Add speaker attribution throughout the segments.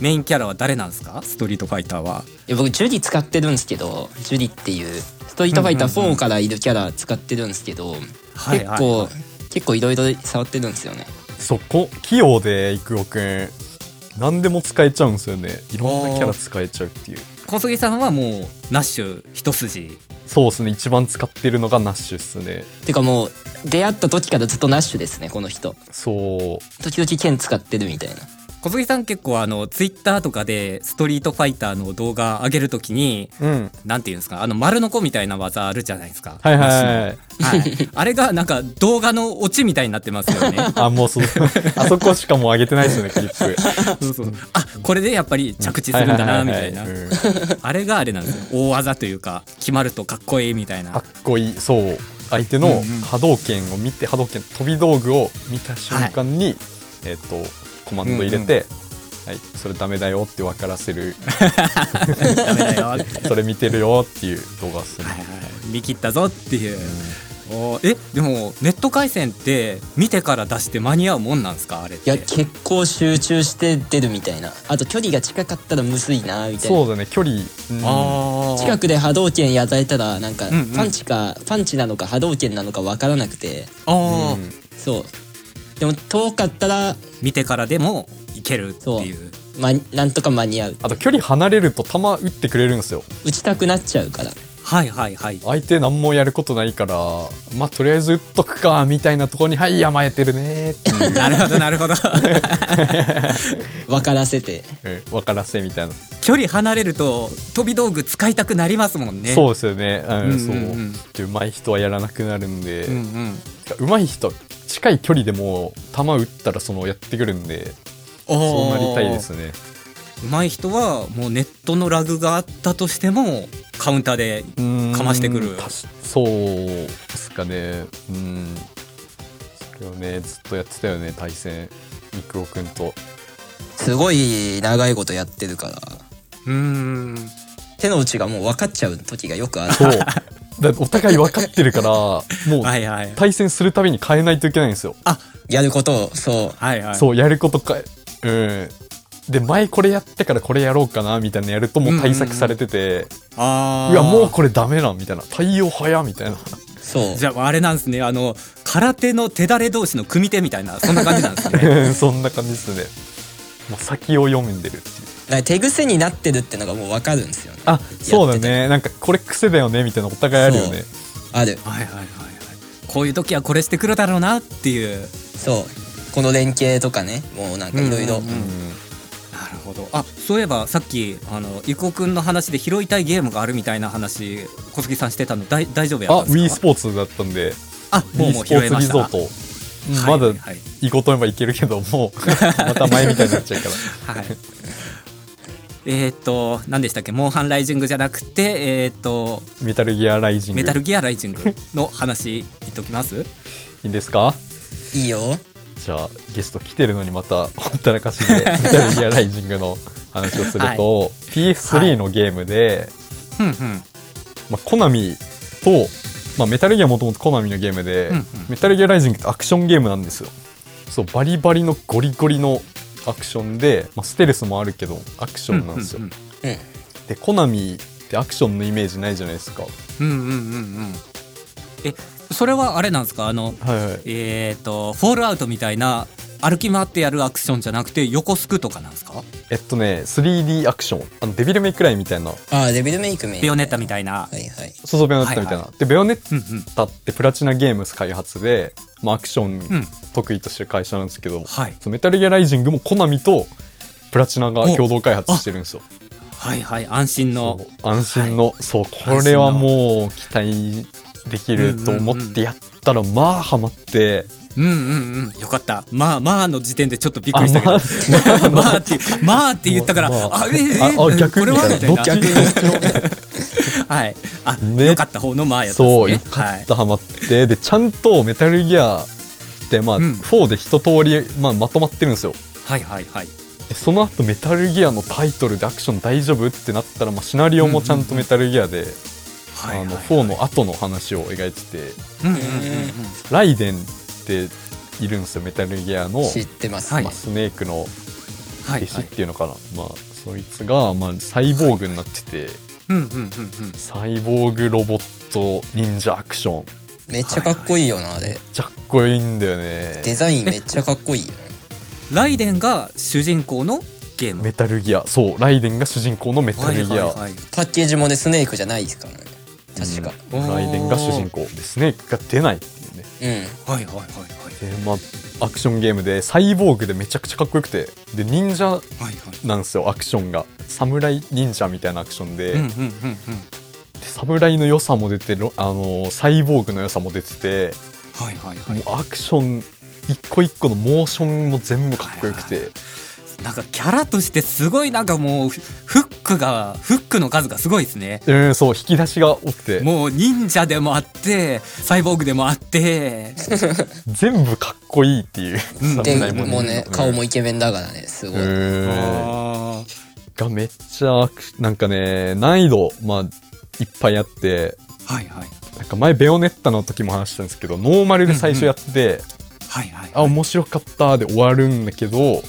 Speaker 1: メインキャラは誰なんですかストリートファイターは。
Speaker 2: いや僕ジュディ使ってるんですけどジュディっていうストリートファイター4からいるキャラ使ってるんですけど、
Speaker 1: はい
Speaker 2: 結
Speaker 1: はい
Speaker 2: 構、
Speaker 1: はい
Speaker 2: 結構いろいろ触ってるんですよね
Speaker 3: そこ器用でイクオくん何でも使えちゃうんですよねいろんなキャラ使えちゃうっていう
Speaker 1: 小杉さんはもうナッシュ一筋。
Speaker 3: そうですね一番使ってるのがナッシュっすね
Speaker 2: てかもう出会った時からずっとナッシュですねこの人
Speaker 3: そう
Speaker 2: 時々剣使ってるみたいな
Speaker 1: 小杉さん結構あのツイッターとかでストリートファイターの動画上げるときに
Speaker 3: うん
Speaker 1: なんていうんですかあの丸の子みたいな技あるじゃないですか。
Speaker 3: はいはいはい
Speaker 1: はい、あれがなんか動画のオチみたいになってますよね。
Speaker 3: あもうそあそこしかもう上げてないですよねクリップ
Speaker 1: そうそうあこれでやっぱり着地するんだなみたいな
Speaker 3: ははははうん
Speaker 1: あれがあれなんですよ大技というか決まるとかっこいいみたい
Speaker 3: かっ
Speaker 1: な
Speaker 3: こいいそう相手
Speaker 1: うんう
Speaker 3: の
Speaker 1: ん
Speaker 3: 波動拳を見て波動拳飛び道具を見た瞬間に、えっとコマンド入れて、はい、それダメだよって分からせる
Speaker 1: ダメだよって
Speaker 3: それ見てるよっていう動画っすね
Speaker 1: 見切ったぞっていう。おーえでもネット回線って見てから出して間に合うもんなんですかあれっ
Speaker 2: い
Speaker 1: て
Speaker 2: や結構集中して出るみたいなあと距離が近かったらむずいなみたいな
Speaker 3: そうだね距離、うん
Speaker 1: あー
Speaker 2: 近くで波動拳与えたらなんか
Speaker 1: んうん
Speaker 2: パンチか、パンチなのか波動拳なのか分からなくて
Speaker 1: あー、
Speaker 3: うん
Speaker 2: そうでも遠かったら
Speaker 1: 見てからでもいけるっていう
Speaker 2: まなんとか間に合う
Speaker 3: あと距離離れると球打ってくれるんですよ
Speaker 2: 打ちたくなっちゃうから
Speaker 1: はいはいはい
Speaker 3: 相手何もやることないからまあとりあえず打っとくかみたいなところに「はい甘えてるね」っていう
Speaker 1: なるほどなるほど
Speaker 2: 分からせて
Speaker 3: うん分からせみたいな、
Speaker 1: 距離離れると飛び道具使いたくなりますもんね
Speaker 3: そうですよねうん、
Speaker 1: うんうんうん
Speaker 3: そううまい人はやらなくなるんで、
Speaker 1: うんうん
Speaker 3: 上手い人近い距離でも球打ったらそのやってくるんでそうなりたいですね
Speaker 1: 上手い人はもうネットのラグがあったとしてもカウンターで
Speaker 3: うーん
Speaker 1: かましてくる
Speaker 3: たしそうですかねうんそれをねずっとやってたよね対戦三久くんと
Speaker 2: すごい長いことやってるから
Speaker 1: うーん
Speaker 2: 手の内がもう分かっちゃう時がよくある
Speaker 3: そうだお互い分かってるからもう
Speaker 1: はいはい
Speaker 3: 対戦するたびに変えないといけないんですよ、
Speaker 2: やることをそ
Speaker 1: はいはい
Speaker 3: そうやることかうんで前これやってからこれやろうかなみたいなのやるともう対策されてて、
Speaker 1: ああ
Speaker 3: いやもうこれダメなみたいな対応早み たいな
Speaker 2: うそう
Speaker 1: じゃああれなんですねあの空手の手だれ同士の組手みたいなそんな感じなんですね
Speaker 3: うんそんな感じですね。もう先を読んでるっていう。
Speaker 2: だから手癖になってるってのがもう分かるんですよね
Speaker 3: あ、そうだ
Speaker 2: やって
Speaker 3: ね。なんかこれ癖だよねみたいなお互いあるよね。
Speaker 2: ある
Speaker 1: はいはいはいはいこういう時はこれしてくるだろうなっていう
Speaker 2: そうこの連携とかねもうなんかい
Speaker 1: う
Speaker 2: ろいろ
Speaker 1: んうん
Speaker 3: うん
Speaker 1: なるほどあそういえばさっきあのゆこくんの話で拾いたいゲームがあるみたいな話小杉さんしてたのだい大丈夫や
Speaker 3: あ
Speaker 1: っ、たん
Speaker 3: Wii
Speaker 1: ですか
Speaker 3: スポーツだったんで、
Speaker 1: あもう
Speaker 3: Wii
Speaker 1: もう
Speaker 3: スポ
Speaker 1: 拾
Speaker 3: ー
Speaker 1: え
Speaker 3: ツ
Speaker 1: まし
Speaker 3: リ
Speaker 1: た
Speaker 3: ゾート。うんま
Speaker 1: は
Speaker 3: だ
Speaker 1: いはい
Speaker 3: 行こうと思えば行けるけど、もうまた前みたいになっちゃうから。
Speaker 1: はい。えーっと何でしたっけモンハンライジングじゃなくてえーっと
Speaker 3: メタルギアライジング。
Speaker 1: メタルギアライジングの話言っときます。
Speaker 3: いいですか
Speaker 2: いいよ
Speaker 3: じゃあゲスト来てるのにまたほったらかしで メタルギアライジングの話をすると、
Speaker 1: はい
Speaker 3: PS3 のゲームで、
Speaker 1: ふんふん。
Speaker 3: まあ、コナミと、まあ、メタルギアもともとコナミのゲームで、
Speaker 1: うんうん
Speaker 3: メタルギアライジングってアクションゲームなんですよそうバリバリのゴリゴリのアクションで、まあ、ステルスもあるけどアクションなんですよ、
Speaker 1: うん
Speaker 2: うん
Speaker 3: でコナミってアクションのイメージないじゃないですか
Speaker 1: うんうんうんうん。えそれはあれなんですかあの
Speaker 3: はいはい
Speaker 1: えーっとフォールアウトみたいな歩き回ってやるアクションじゃなくて横すくとかなんですか？
Speaker 3: えっとね 3D アクションあのデビルメイクライみたいな
Speaker 2: ああデビルメイクメ
Speaker 1: ビ
Speaker 2: イク
Speaker 1: オ
Speaker 2: は
Speaker 1: ネッタみたいな。
Speaker 2: いはい
Speaker 3: そうそうベヨネッタみたいな、
Speaker 1: は
Speaker 3: でベヨネッ
Speaker 1: うんうん。
Speaker 3: タってプラチナゲームス開発で、まあ、アクショ
Speaker 1: うん
Speaker 3: ン得意としてる会社なんですけど、
Speaker 1: はい
Speaker 3: そうメタルギアライジングもコナミとプラチナが共同開発してるんですよ
Speaker 1: はいはい安心の
Speaker 3: そう安心の、そうこれはもう期待できると思ってやったら、まあハマって
Speaker 1: うんうんうんよかったまあまあの時点でちょっとびっくりしたけど
Speaker 3: あ
Speaker 1: まあ まあっていうまあって言ったから
Speaker 3: ま
Speaker 1: あえええ
Speaker 3: ああ逆
Speaker 1: これ
Speaker 3: み
Speaker 1: は
Speaker 3: た
Speaker 1: み
Speaker 3: い
Speaker 1: た
Speaker 3: ないど
Speaker 1: な
Speaker 3: っちどっち
Speaker 1: はいあ、
Speaker 3: ね
Speaker 1: よかった方のまあやった
Speaker 3: そう
Speaker 1: で
Speaker 3: よ
Speaker 1: すねは
Speaker 3: かっ
Speaker 1: い
Speaker 3: たハマってでちゃんとメタルギアってまあ、
Speaker 1: うん
Speaker 3: 4で一通りまあまとまってるんですよ
Speaker 1: はいはいはい
Speaker 3: でその後メタルギアのタイトルでアクション大丈夫ってなったら、まあ、シナリオもちゃんとメタルギアで、
Speaker 1: はいはい
Speaker 3: あの4の後の話を描いてて
Speaker 1: うんうんうん
Speaker 3: ライデンっているんですよメタルギアの、
Speaker 2: 知ってます、
Speaker 1: はい
Speaker 3: まあ、スネークの
Speaker 1: はい
Speaker 3: 弟子
Speaker 1: は
Speaker 3: っ
Speaker 1: い
Speaker 3: ていうのかな、まあそいつが、まあ、サイボーグになってて、
Speaker 1: うんうんうんうん
Speaker 3: サイボーグロボット忍者アクション
Speaker 2: めっちゃかっこいいよなあれ
Speaker 3: めっちゃかっこいいんだよね
Speaker 2: デザインめっちゃかっこいいよ
Speaker 1: ライデンが主人公のゲーム
Speaker 3: メタルギアそうライデンが主人公のメタ
Speaker 1: はい
Speaker 3: ルギア、
Speaker 1: はいはい
Speaker 2: パッケージもねスネークじゃないですからね確か
Speaker 1: うん
Speaker 3: ライデンが主人公でスネークが出ないっていうね
Speaker 2: うん
Speaker 1: はいはいはいはい
Speaker 3: でまあアクションゲームでサイボーグでめちゃくちゃかっこよくてで忍者
Speaker 1: はいはい
Speaker 3: なんですよアクションが侍忍者みたいなアクションで,、
Speaker 1: うんうん
Speaker 3: で
Speaker 1: うんうん
Speaker 3: 侍の良さも出てろあのサイボーグの良さも出てて、
Speaker 1: はいはいはい
Speaker 3: もうアクション一個一個のモーションも全部かっこよくて、
Speaker 1: なんかキャラとしてすごいなんかもうフフックがフックの数がすごいですね
Speaker 3: うんそう引き出しが多くて
Speaker 1: もう忍者でもあってサイボーグでもあって
Speaker 3: 全部かっこいいっていう、
Speaker 1: うん
Speaker 2: で
Speaker 3: 侍
Speaker 2: もうね
Speaker 3: 忍者
Speaker 2: 顔もイケメンだからねすご
Speaker 3: う
Speaker 2: いうん
Speaker 3: ん
Speaker 1: あ
Speaker 3: がめっちゃアクなんかね難易度まあいっぱいあって
Speaker 1: ーはいはい
Speaker 3: なんか前ベオネッタの時も話したんですけどノーマルで最初やって、
Speaker 1: はいはい
Speaker 3: あ面白かったで終わるんだけど
Speaker 1: はい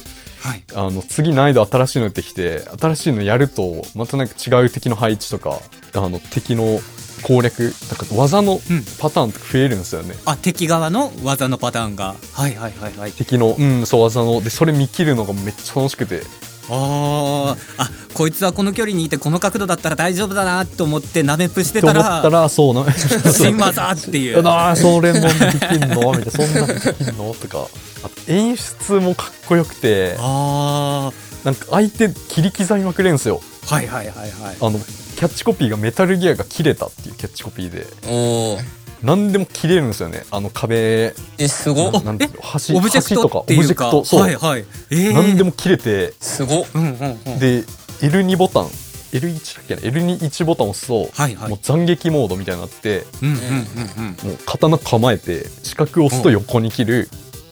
Speaker 3: あの次難易度新しいのやってきて新しいのやるとまたなんか違う敵の配置とかあの敵の攻略なんか技の
Speaker 1: うん
Speaker 3: パターンとか増えるんですよね、
Speaker 1: あ敵側の技のパターンがはいはいはいはい
Speaker 3: 敵のうんそう技のでそれ見切るのがめっちゃ楽しくて
Speaker 1: あーあこいつはこの距離にいてこの角度だったら大丈夫だなと思ってナメプして
Speaker 3: と
Speaker 1: た
Speaker 3: 思っ
Speaker 1: ら
Speaker 3: たら そうな
Speaker 1: 新技っていう
Speaker 3: うわーそれもできんのみたいなそんなのできんのとかあと演出もかっこよくて
Speaker 1: あ
Speaker 3: なんか相手切り刻みまくれんすよ
Speaker 1: ーはいはいはいはい
Speaker 3: あのキャッチコピーが「メタルギアが切れた」っていうキャッチコピーで
Speaker 2: おお
Speaker 3: 何でも切れるんですよねあの壁
Speaker 2: えすごっ
Speaker 3: ななんていうの橋
Speaker 1: オブジェク
Speaker 3: 橋とか
Speaker 1: ト
Speaker 3: オ
Speaker 1: って
Speaker 3: ブ
Speaker 1: い
Speaker 3: ジ
Speaker 1: う
Speaker 3: ェク
Speaker 1: か
Speaker 3: トそう、
Speaker 1: はいはいえー、
Speaker 3: 何でも切れて
Speaker 2: すごっ
Speaker 1: うんうんうん
Speaker 3: で L2 ボタン L1 だっけな L21 ボタンを押すと、
Speaker 1: はいはい
Speaker 3: もう斬撃モードみたいになって
Speaker 1: うんうんうんうん
Speaker 3: もう刀構えて四角を押すと横に切る、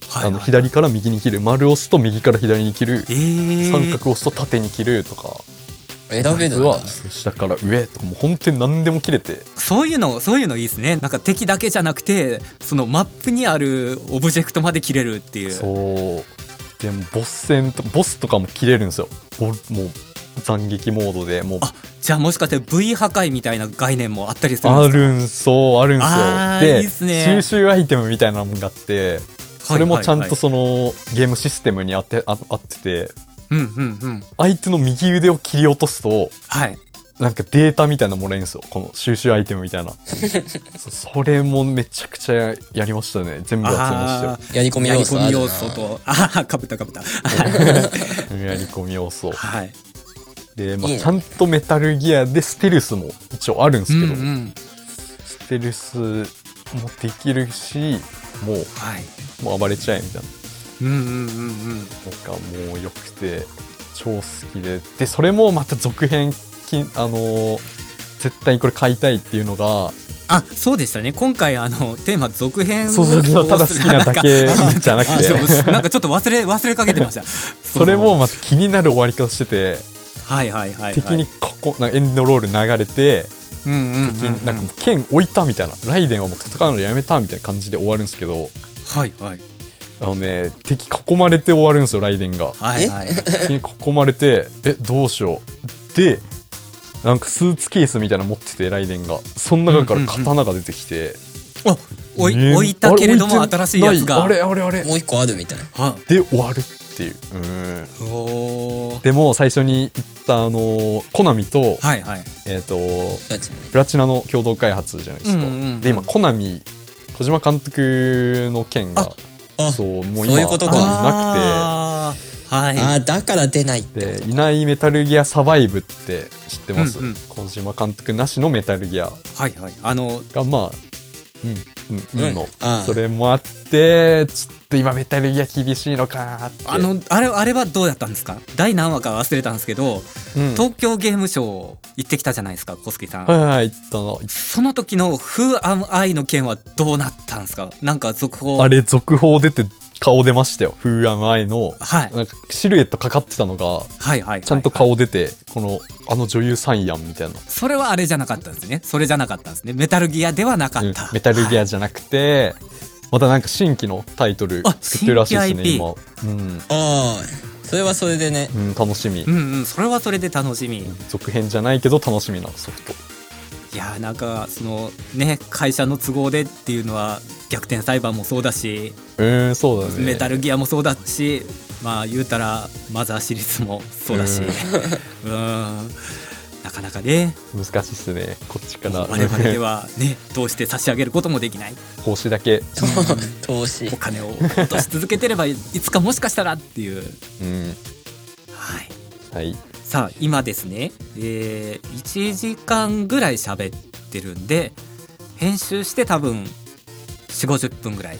Speaker 1: はい
Speaker 3: あの
Speaker 1: はい
Speaker 3: 左から右に切る丸を押すと右から左に切る
Speaker 1: えー、
Speaker 3: 三角を押すと縦に切るとか
Speaker 2: 選べる
Speaker 3: う
Speaker 2: な
Speaker 3: わ下から上とかもう本当に何でも切れて
Speaker 1: そういうのそういうのいいですねなんか敵だけじゃなくてそのマップにあるオブジェクトまで切れるっていう
Speaker 3: そうでもボス戦とボスとかも切れるんですよボもう斬撃モードでもう
Speaker 1: あじゃあもしかして V 破壊みたいな概念もあったりするん
Speaker 3: あ
Speaker 1: ですか
Speaker 3: るんそうあるんすよ
Speaker 1: あー
Speaker 3: で
Speaker 1: いいっすね
Speaker 3: 収集アイテムみたいなのがあってそれもちゃん
Speaker 1: は
Speaker 3: と
Speaker 1: い
Speaker 3: その、ゲームシステムに当てあ合ってて
Speaker 1: はいはいうんうんうん
Speaker 3: 相手の右腕を切り落とすと
Speaker 1: はい
Speaker 3: なんかデータみたいなのもらえるんですよこの収集アイテムみた いなそそれもめちゃくちゃやりましたね全部集め
Speaker 1: あ
Speaker 3: まし
Speaker 1: ー
Speaker 2: やり込み要素あ
Speaker 1: や
Speaker 2: る
Speaker 1: り込
Speaker 2: な
Speaker 1: み要素とああかぶったかぶった
Speaker 3: たよやり込み要素
Speaker 1: はい
Speaker 3: で、まあ、
Speaker 2: いいね
Speaker 3: ちゃんとメタルギアでステルスも一応あるんで
Speaker 1: う
Speaker 3: す
Speaker 1: んう
Speaker 3: けど、
Speaker 1: ん
Speaker 3: ステルスもできるしもう
Speaker 1: はい
Speaker 3: もう暴れちゃえみたいな
Speaker 1: うんうんうんうん
Speaker 3: なんかもう良くて超好きででそれもまた続編きあのー絶対にこれ買いたいっていうのが
Speaker 1: あそうでしたね今回あのテーマ続編
Speaker 3: そうそうそう
Speaker 1: を
Speaker 3: ただ好きなだけじゃなくて
Speaker 1: なんかなんかちょっと忘れ忘れかけてました
Speaker 3: そ
Speaker 1: そ
Speaker 3: れもまた気になる終わり方してて
Speaker 1: はいはいはい、はい、
Speaker 3: 敵にここなんかエンドロール流れて
Speaker 1: うんうん
Speaker 3: 敵
Speaker 1: うん
Speaker 3: になんかもう剣置いたみたいなライデンはもう戦うのやめたみたいな感じで終わるんですけど
Speaker 1: はいはい
Speaker 3: あのね敵囲まれて終わるんですよライデンが。
Speaker 1: はいはい
Speaker 3: 敵に囲まれてえどうしようでなんかスーツケースみたいなの持っててライデンがその中から刀が出てきて、
Speaker 1: あ置い,、
Speaker 3: ね
Speaker 1: 置いたけれども
Speaker 3: あれ
Speaker 1: 新しいやつが
Speaker 3: 置いてないあれあれあれ
Speaker 2: もう一個あるみたいな
Speaker 1: は
Speaker 3: で終わるっていううん
Speaker 1: おー
Speaker 3: でも最初に言ったあのーコナミと,、
Speaker 1: はいはい
Speaker 3: えー、と
Speaker 2: やつね
Speaker 3: プラチナの共同開発じゃないですか、
Speaker 1: うんうんうん
Speaker 3: で今コナミ小島監督の件が
Speaker 2: あ
Speaker 3: そうもう
Speaker 2: そう
Speaker 3: 今
Speaker 2: いうことか
Speaker 3: いな
Speaker 1: あーはい
Speaker 2: あだから出ないって
Speaker 3: くて
Speaker 2: こ
Speaker 3: でいないメタルギアサバイブって知ってます、
Speaker 1: うんうん
Speaker 3: 小島監督なしのメタルギア
Speaker 1: はいはいあの
Speaker 3: がまあうんうん、うんの、
Speaker 2: ああ
Speaker 3: それもあってちょっと今メタルギア厳しいのかーって
Speaker 1: あのあれあれはどうやったんですか第何話か忘れたんですけど、
Speaker 3: うん
Speaker 1: 東京ゲームショウ行ってきたじゃないですか小杉さん、
Speaker 3: はいはいあの
Speaker 1: その時の「Who am I」の件はどうなったんですかなんか続報
Speaker 3: あれ続報出て顔出ましたよ「風雨前の
Speaker 1: はい
Speaker 3: なんかシルエットかかってたのが
Speaker 1: はいはい
Speaker 3: ちゃんと
Speaker 1: はい
Speaker 3: 顔出てこのあの女優さんやんみたいな、
Speaker 1: それはあれじゃなかったんですねそれじゃなかったんですねメタルギアではなか
Speaker 3: う
Speaker 1: っ
Speaker 3: ん
Speaker 1: た、
Speaker 3: メタルギ
Speaker 1: ア
Speaker 3: アじゃなくて、またなんか新規のタイトル
Speaker 1: あ
Speaker 3: 作ってるらしいです
Speaker 1: 新
Speaker 3: ね
Speaker 1: 規
Speaker 3: 今、うん、
Speaker 2: あそれはそれでね
Speaker 3: うん、楽しみ、
Speaker 1: うんうんそれはそれで楽しみ、
Speaker 3: 続編じゃないけど楽しみなソフト
Speaker 1: いやーなんかそのね会社の都合でっていうのは逆転裁判もそうだし、
Speaker 3: うんそうだね
Speaker 1: メタルギアもそうだしまあ言うたらマザーシリーズもそうだし うーんなかなかね
Speaker 3: 難しいっすねこっちか
Speaker 1: 我
Speaker 3: ら
Speaker 1: 々ではねどうして差し上げることもできない
Speaker 3: 奉仕だけ、
Speaker 2: 投資
Speaker 1: お金を落とし続けてればいつかもしかしたらっていう
Speaker 3: うん、
Speaker 1: はい
Speaker 3: はい
Speaker 1: さあ今ですね、えー1時間ぐらい喋ってるんで編集して多分4 5 0分ぐらい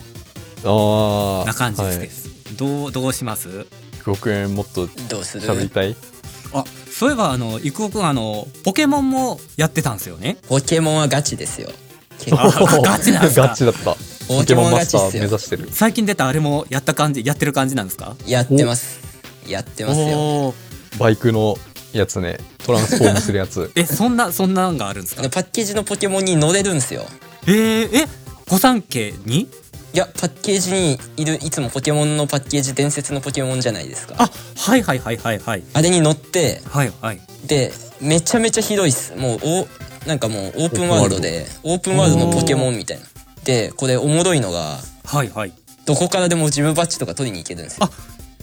Speaker 3: ああ
Speaker 1: な感じです、どうどうします
Speaker 3: はい、極円もっと
Speaker 2: どうす
Speaker 3: 喋り
Speaker 2: る
Speaker 3: たい
Speaker 1: あそういえばあの郁夫君あのポケモンもやってたんですよね
Speaker 2: ポケモンはガチですよ結
Speaker 1: あ
Speaker 2: 構
Speaker 1: ガチなんですか
Speaker 3: ガチだった
Speaker 2: ポ
Speaker 3: ポ
Speaker 2: ケ
Speaker 3: ケ
Speaker 2: モ
Speaker 3: モ
Speaker 2: ン
Speaker 3: ン
Speaker 2: ガ
Speaker 3: マ
Speaker 2: チ
Speaker 3: ス
Speaker 2: っ
Speaker 3: タ
Speaker 2: すよ
Speaker 3: ー目指してる
Speaker 1: 最近出たあれもやった感じやってる感じなんですか
Speaker 2: やってますやってますよ
Speaker 1: おー
Speaker 3: バイクのやつねトランスフォームする やつ
Speaker 1: えそんなそんなんがあるんです
Speaker 2: あ
Speaker 1: か
Speaker 2: のパッケージのポケモンに乗れるんですよ
Speaker 1: えー、え御三家に
Speaker 2: いやパッケージにいるいつもポケモンのパッケージ伝説のポケモンじゃないですか
Speaker 1: あはいはいはいはいはい
Speaker 2: あれに乗って
Speaker 1: はいはい
Speaker 2: でめちゃめちゃ広いっすもうおなんかもうオープンワールドでオープンワールドのポケモンみたいなでこれおもろいのが
Speaker 1: はいはい
Speaker 2: どこからでもジムバッジとか取りに行けるんですよ
Speaker 1: あ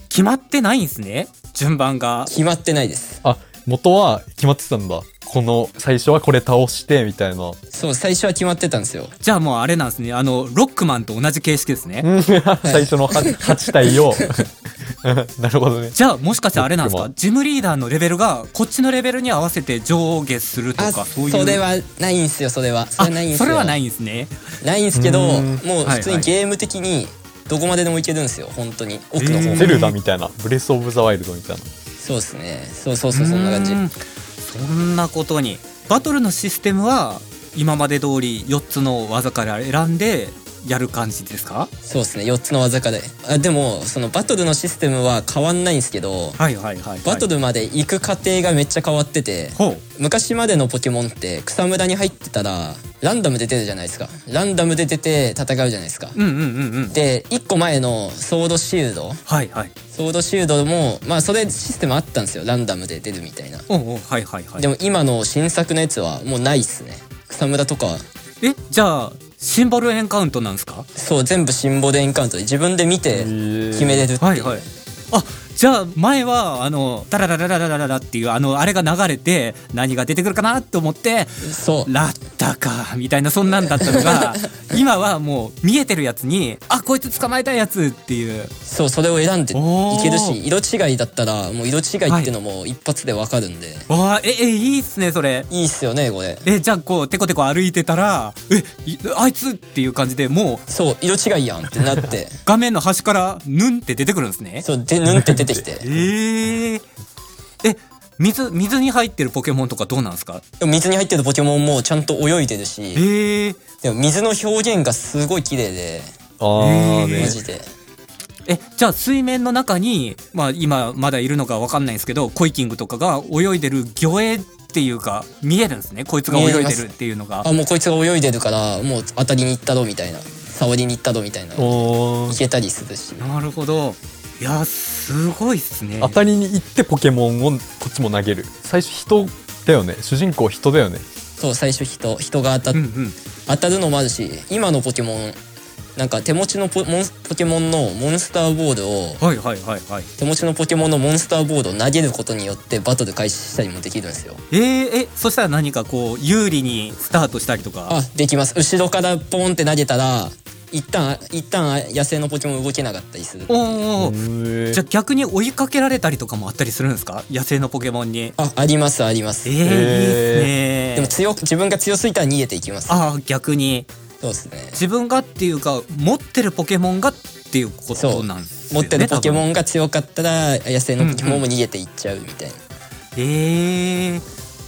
Speaker 1: 決まってないんですね順番が
Speaker 2: 決まってないです
Speaker 3: あ元は決まってたんだこの最初はこれ倒してみたいな
Speaker 2: そう最初は決まってたんですよ
Speaker 1: じゃあもうあれなんですねあのロックマンと同じ形式ですね、
Speaker 3: うん最 初の 8, 体を なるほどね
Speaker 1: じゃあもしかしてあれなんです
Speaker 3: ロッ
Speaker 1: か
Speaker 3: クマ
Speaker 1: ジムリーダーのレベルがこっちのレベルに合わせて上下すると
Speaker 2: あ
Speaker 1: かそう
Speaker 2: そ
Speaker 1: いう
Speaker 2: れはないんすよそれはそ
Speaker 1: あ
Speaker 2: れはないんすよ
Speaker 1: それはないいんですね
Speaker 2: ないんすけど
Speaker 3: うーん
Speaker 2: もう普通
Speaker 1: はいは
Speaker 2: に
Speaker 1: い
Speaker 2: ゲーム的にどこまででも行けるんですよ本当に奥の方
Speaker 1: うん
Speaker 2: ま
Speaker 3: ゼ
Speaker 2: で
Speaker 3: ルダみたいなブレス・オブ・ザ・ワイルドみたいな
Speaker 2: そうですねそうそうそうそんな感じ
Speaker 1: うんそんなことにバトルのシステムは今まで通り4つの技から選んでやる感じですか
Speaker 2: そうですね4つの技かであでもそのバトルのシステムは変わんないんですけど
Speaker 1: はいはいはい、はい、
Speaker 2: バトルまで行く過程がめっちゃ変わってて
Speaker 1: ほう
Speaker 2: 昔までのポケモンって草むらに入ってたらランダムで出るじゃないですかランダムで出て戦うじゃないですか
Speaker 1: うんうんうんうん
Speaker 2: で1個前のソードシールド
Speaker 1: はいはい
Speaker 2: ソードシールドもまあそれシステムあったんですよランダムで出るみたいな
Speaker 1: おうおうはいはいはい
Speaker 2: でも今の新作のやつはもうないっすね草むらとかは
Speaker 1: えじゃあシンボルエンカウントなんですか
Speaker 2: そう全部辛抱でエンカウントで自分で見て決めれるっていう、
Speaker 1: はいはいあじゃあ前はあのダララララララララっていうあのあれが流れて何が出てくるかなと思って
Speaker 2: そう
Speaker 1: ラッタかみたいなそんなんだったのが今はもう見えてるやつにあこいつ捕まえたいやつっていう
Speaker 2: そうそれを選んでい
Speaker 1: おー
Speaker 2: けるし色違いだったらもう色違いってのも一発でわかるんで、
Speaker 1: わあええいいっすねそれ
Speaker 2: い、いっすよねこれ
Speaker 1: えじゃあこうテコテコ歩いてたらえいあいつっていう感じでもう
Speaker 2: そう色違いやんってなって
Speaker 1: 画面の端からヌンって出てくるんですね
Speaker 2: そうでぬんって出 てきて
Speaker 1: えー、え水水に入ってるポケモンとかどうなんですか
Speaker 2: でも水に入ってるポケモンもちゃんと泳いでる
Speaker 1: え
Speaker 2: し
Speaker 1: ー、
Speaker 2: でも水の表現がすごい綺麗で
Speaker 3: あー
Speaker 1: えー
Speaker 2: マ
Speaker 3: ね
Speaker 2: ジで
Speaker 1: えじゃあ水面の中に、まあ、今まだいるのかわかんないんですけどコイキングとかが泳いでる魚影っていうか見えるんですねこいつが泳いでるっていうのが
Speaker 2: あもうこいつが泳いでるからもう当たりに行ったろみたいな触りに行ったろみたいな行
Speaker 3: おー
Speaker 2: けたりするし
Speaker 1: なるほどいやすごいっすね
Speaker 3: 当たりに行ってポケモンをこっちも投げる最初人だよね主人公人だよね
Speaker 2: そう最初人人が当た
Speaker 1: う
Speaker 2: っ
Speaker 1: んうん
Speaker 2: 当たるのもあるし今のポケモンなんか手持ちのポモンポケモンのモンスターボールを
Speaker 1: はいはいはいはい
Speaker 2: 手持ちのポケモンのモンスターボールを投げることによってバトル開始したりもできるんですよ
Speaker 1: えー、えそしたら何かこう有利にスタートしたりとか
Speaker 2: あできます後ろからポンって投げたら一旦一旦野生のポケモン動けなかったりする
Speaker 1: おーおー
Speaker 3: へー
Speaker 1: じゃあ逆に追いかけられたりとかもあったりするんですか野生のポケモンに
Speaker 2: あありますありま
Speaker 1: え
Speaker 2: す
Speaker 1: ー、いいっすね
Speaker 2: でも強く自分が強すぎたら逃げていきます
Speaker 1: ああ逆に
Speaker 2: そうですね
Speaker 1: 自分がっていうか持ってるポケモンがっていうことなんですよ
Speaker 2: 持
Speaker 1: ね
Speaker 2: ってるポケモ
Speaker 1: ン
Speaker 2: ンが強かったら野生のポケモンも逃げていっちゃうみたいな、
Speaker 1: えー、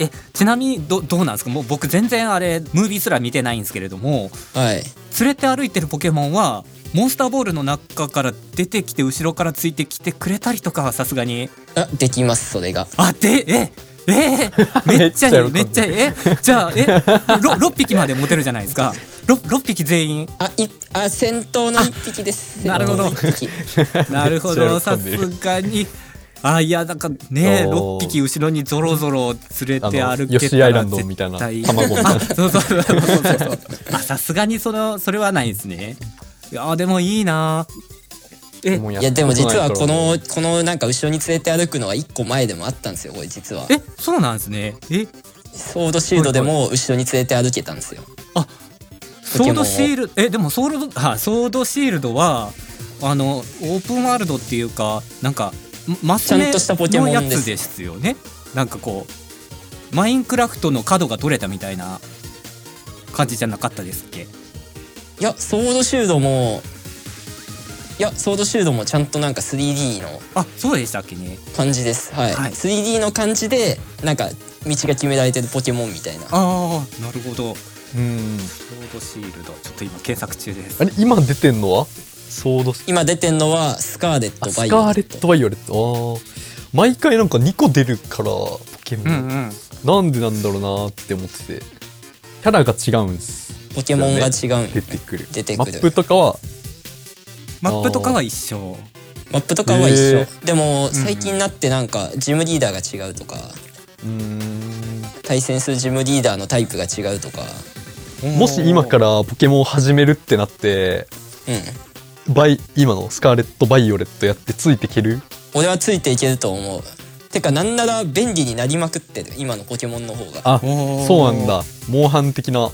Speaker 1: えちなみにどどうなんですかもう僕全然あれムービーすら見てないんですけれども
Speaker 2: はい
Speaker 1: 連れて歩いてるポケモンはモンスターボールの中から出てきて後ろからついてきてくれたりとかはさすがに
Speaker 2: あできますそれが
Speaker 1: あでえ えーめっちゃいいめ
Speaker 3: め
Speaker 1: っ
Speaker 3: っ
Speaker 1: ち
Speaker 3: ち
Speaker 1: ゃ
Speaker 3: ゃ
Speaker 1: いいえじゃあえろ 6, 匹まで持てるじゃないですか 6, 6匹全員
Speaker 2: あいあ戦闘の一匹です
Speaker 1: なるほど
Speaker 2: 戦闘の一 匹
Speaker 1: なるほ
Speaker 3: めっち
Speaker 1: ど
Speaker 3: ゃ喜
Speaker 1: さ
Speaker 3: んでる
Speaker 1: すがにあいやなんかね
Speaker 3: お
Speaker 1: 6
Speaker 3: ー
Speaker 1: 匹後ろにぞろぞろ連れて
Speaker 3: あの
Speaker 1: 歩け
Speaker 3: ヨシ
Speaker 1: た
Speaker 3: アイラ
Speaker 1: ら
Speaker 3: ンド
Speaker 1: 絶
Speaker 3: みたいな
Speaker 1: 対
Speaker 3: 卵みたいな
Speaker 1: あそうそうそうそうそうそうあさすがにそのそれはないですねいやでもいいなえ
Speaker 3: うや
Speaker 2: いや
Speaker 3: っ
Speaker 2: で
Speaker 3: たこ
Speaker 2: も
Speaker 3: とない
Speaker 2: 実はこ
Speaker 3: から
Speaker 2: のこのなんか後ろに連れて歩くのは一個前でもあったんですよこれ実は
Speaker 1: えそうなんですねえ
Speaker 2: ソードシールドでも後ろに連れて歩けたんですよ
Speaker 1: ソードシールえでもソードあソードシールドはあのオープンワールドっていうかなんかマス
Speaker 2: ちゃ
Speaker 1: 目
Speaker 2: んとしたポケモ
Speaker 1: の
Speaker 2: ン
Speaker 1: や
Speaker 2: です
Speaker 1: つですよねなんかこうマインクラフトの角が取れたみたいな感じじゃなかったですっけ
Speaker 2: いやソードシールドもいやソードシールドもちゃんとなんか 3D の
Speaker 1: あそうでしたっけね
Speaker 2: 感じですはい、
Speaker 1: はい
Speaker 2: 3D の感じでなんか道が決められてるポケモンみたいな
Speaker 1: ああなるほど
Speaker 3: うん
Speaker 1: ソードシールドちょっと今検索中です
Speaker 3: あれ今出てんのはソードス
Speaker 2: 今出てんのはスカーレッ
Speaker 3: あ
Speaker 2: ト
Speaker 3: ス
Speaker 2: バイ
Speaker 3: カ
Speaker 2: オ
Speaker 3: ー
Speaker 2: レ
Speaker 3: レ
Speaker 2: ッ
Speaker 3: ッ
Speaker 2: ト
Speaker 3: ト・バイオレットあー毎回なんか2個出るからポケモ
Speaker 1: うん
Speaker 3: ン、
Speaker 1: うん
Speaker 3: なんでなんだろうなーって思っててキャラが違うんです
Speaker 2: ポケモンが違うんよ
Speaker 3: 出てくる
Speaker 2: 出てくる
Speaker 3: マップとかは
Speaker 1: マップとかは一緒
Speaker 2: マップとかは一緒、
Speaker 3: へ
Speaker 2: でも最近になってなんかジムリーダーが違うとか
Speaker 3: うーん
Speaker 2: 対戦するジムリーダーのタイプが違うとか
Speaker 3: もし今からポケモンを始めるってなって
Speaker 2: うん
Speaker 3: バイ今のスカーレット・バイオレットやってついていける
Speaker 2: 俺はついていけると思うてかなんなら便利になりまくってる今のポケモンの方が
Speaker 3: あ
Speaker 1: おー
Speaker 3: そうなんだモンハン的な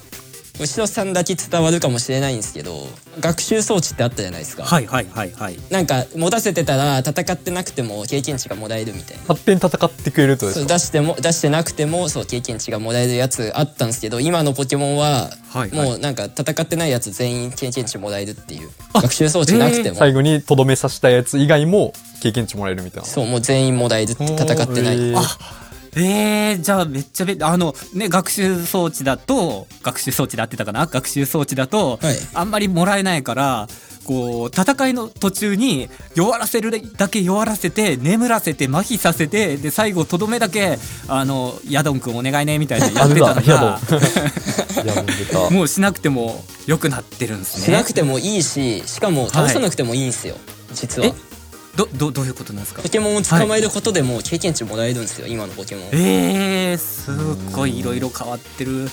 Speaker 2: 後ろさんだけ伝わるかもしれないんですけど学習装置ってあったじゃないですか、
Speaker 1: はいはいはいはい
Speaker 2: なんか持たせてたら戦ってなくても経験値がもらえるみたいな
Speaker 3: 勝手に戦ってくれるとで
Speaker 2: そ
Speaker 3: す
Speaker 2: う
Speaker 3: か
Speaker 2: 出しても出してなくてもそう経験値がもらえるやつあったんですけど今のポケモンは、
Speaker 1: はいはい
Speaker 2: もうなんか戦ってないやつ全員経験値もらえるっていう
Speaker 1: あ
Speaker 2: 学習装置なくても、
Speaker 3: 最後にとどめさせたやつ以外も経験値もらえるみたいな
Speaker 2: そうもう全員もらえるって戦ってない、
Speaker 3: へー
Speaker 1: えー、じゃあめっちゃべあのね学習装置だと学習装置で合ってたかな学習装置だと、
Speaker 2: はい
Speaker 1: あんまりもらえないからこう戦いの途中に弱らせるだけ弱らせて眠らせて麻痺させてで最後とどめだけあのヤドン君お願いねみたいなやってたの
Speaker 3: あ
Speaker 1: が
Speaker 3: 出たヤドン出た
Speaker 1: もうしなくても良くなってるんです
Speaker 2: し
Speaker 1: ね
Speaker 2: なくてもいいししかも倒さなくてもいいんですよ、実は
Speaker 1: えどどどういうことなんですか
Speaker 2: ポケモンを捕まえることでもう経験値もらえるんですよ今のポケモン
Speaker 1: えー、すっごいいろいろ変わってる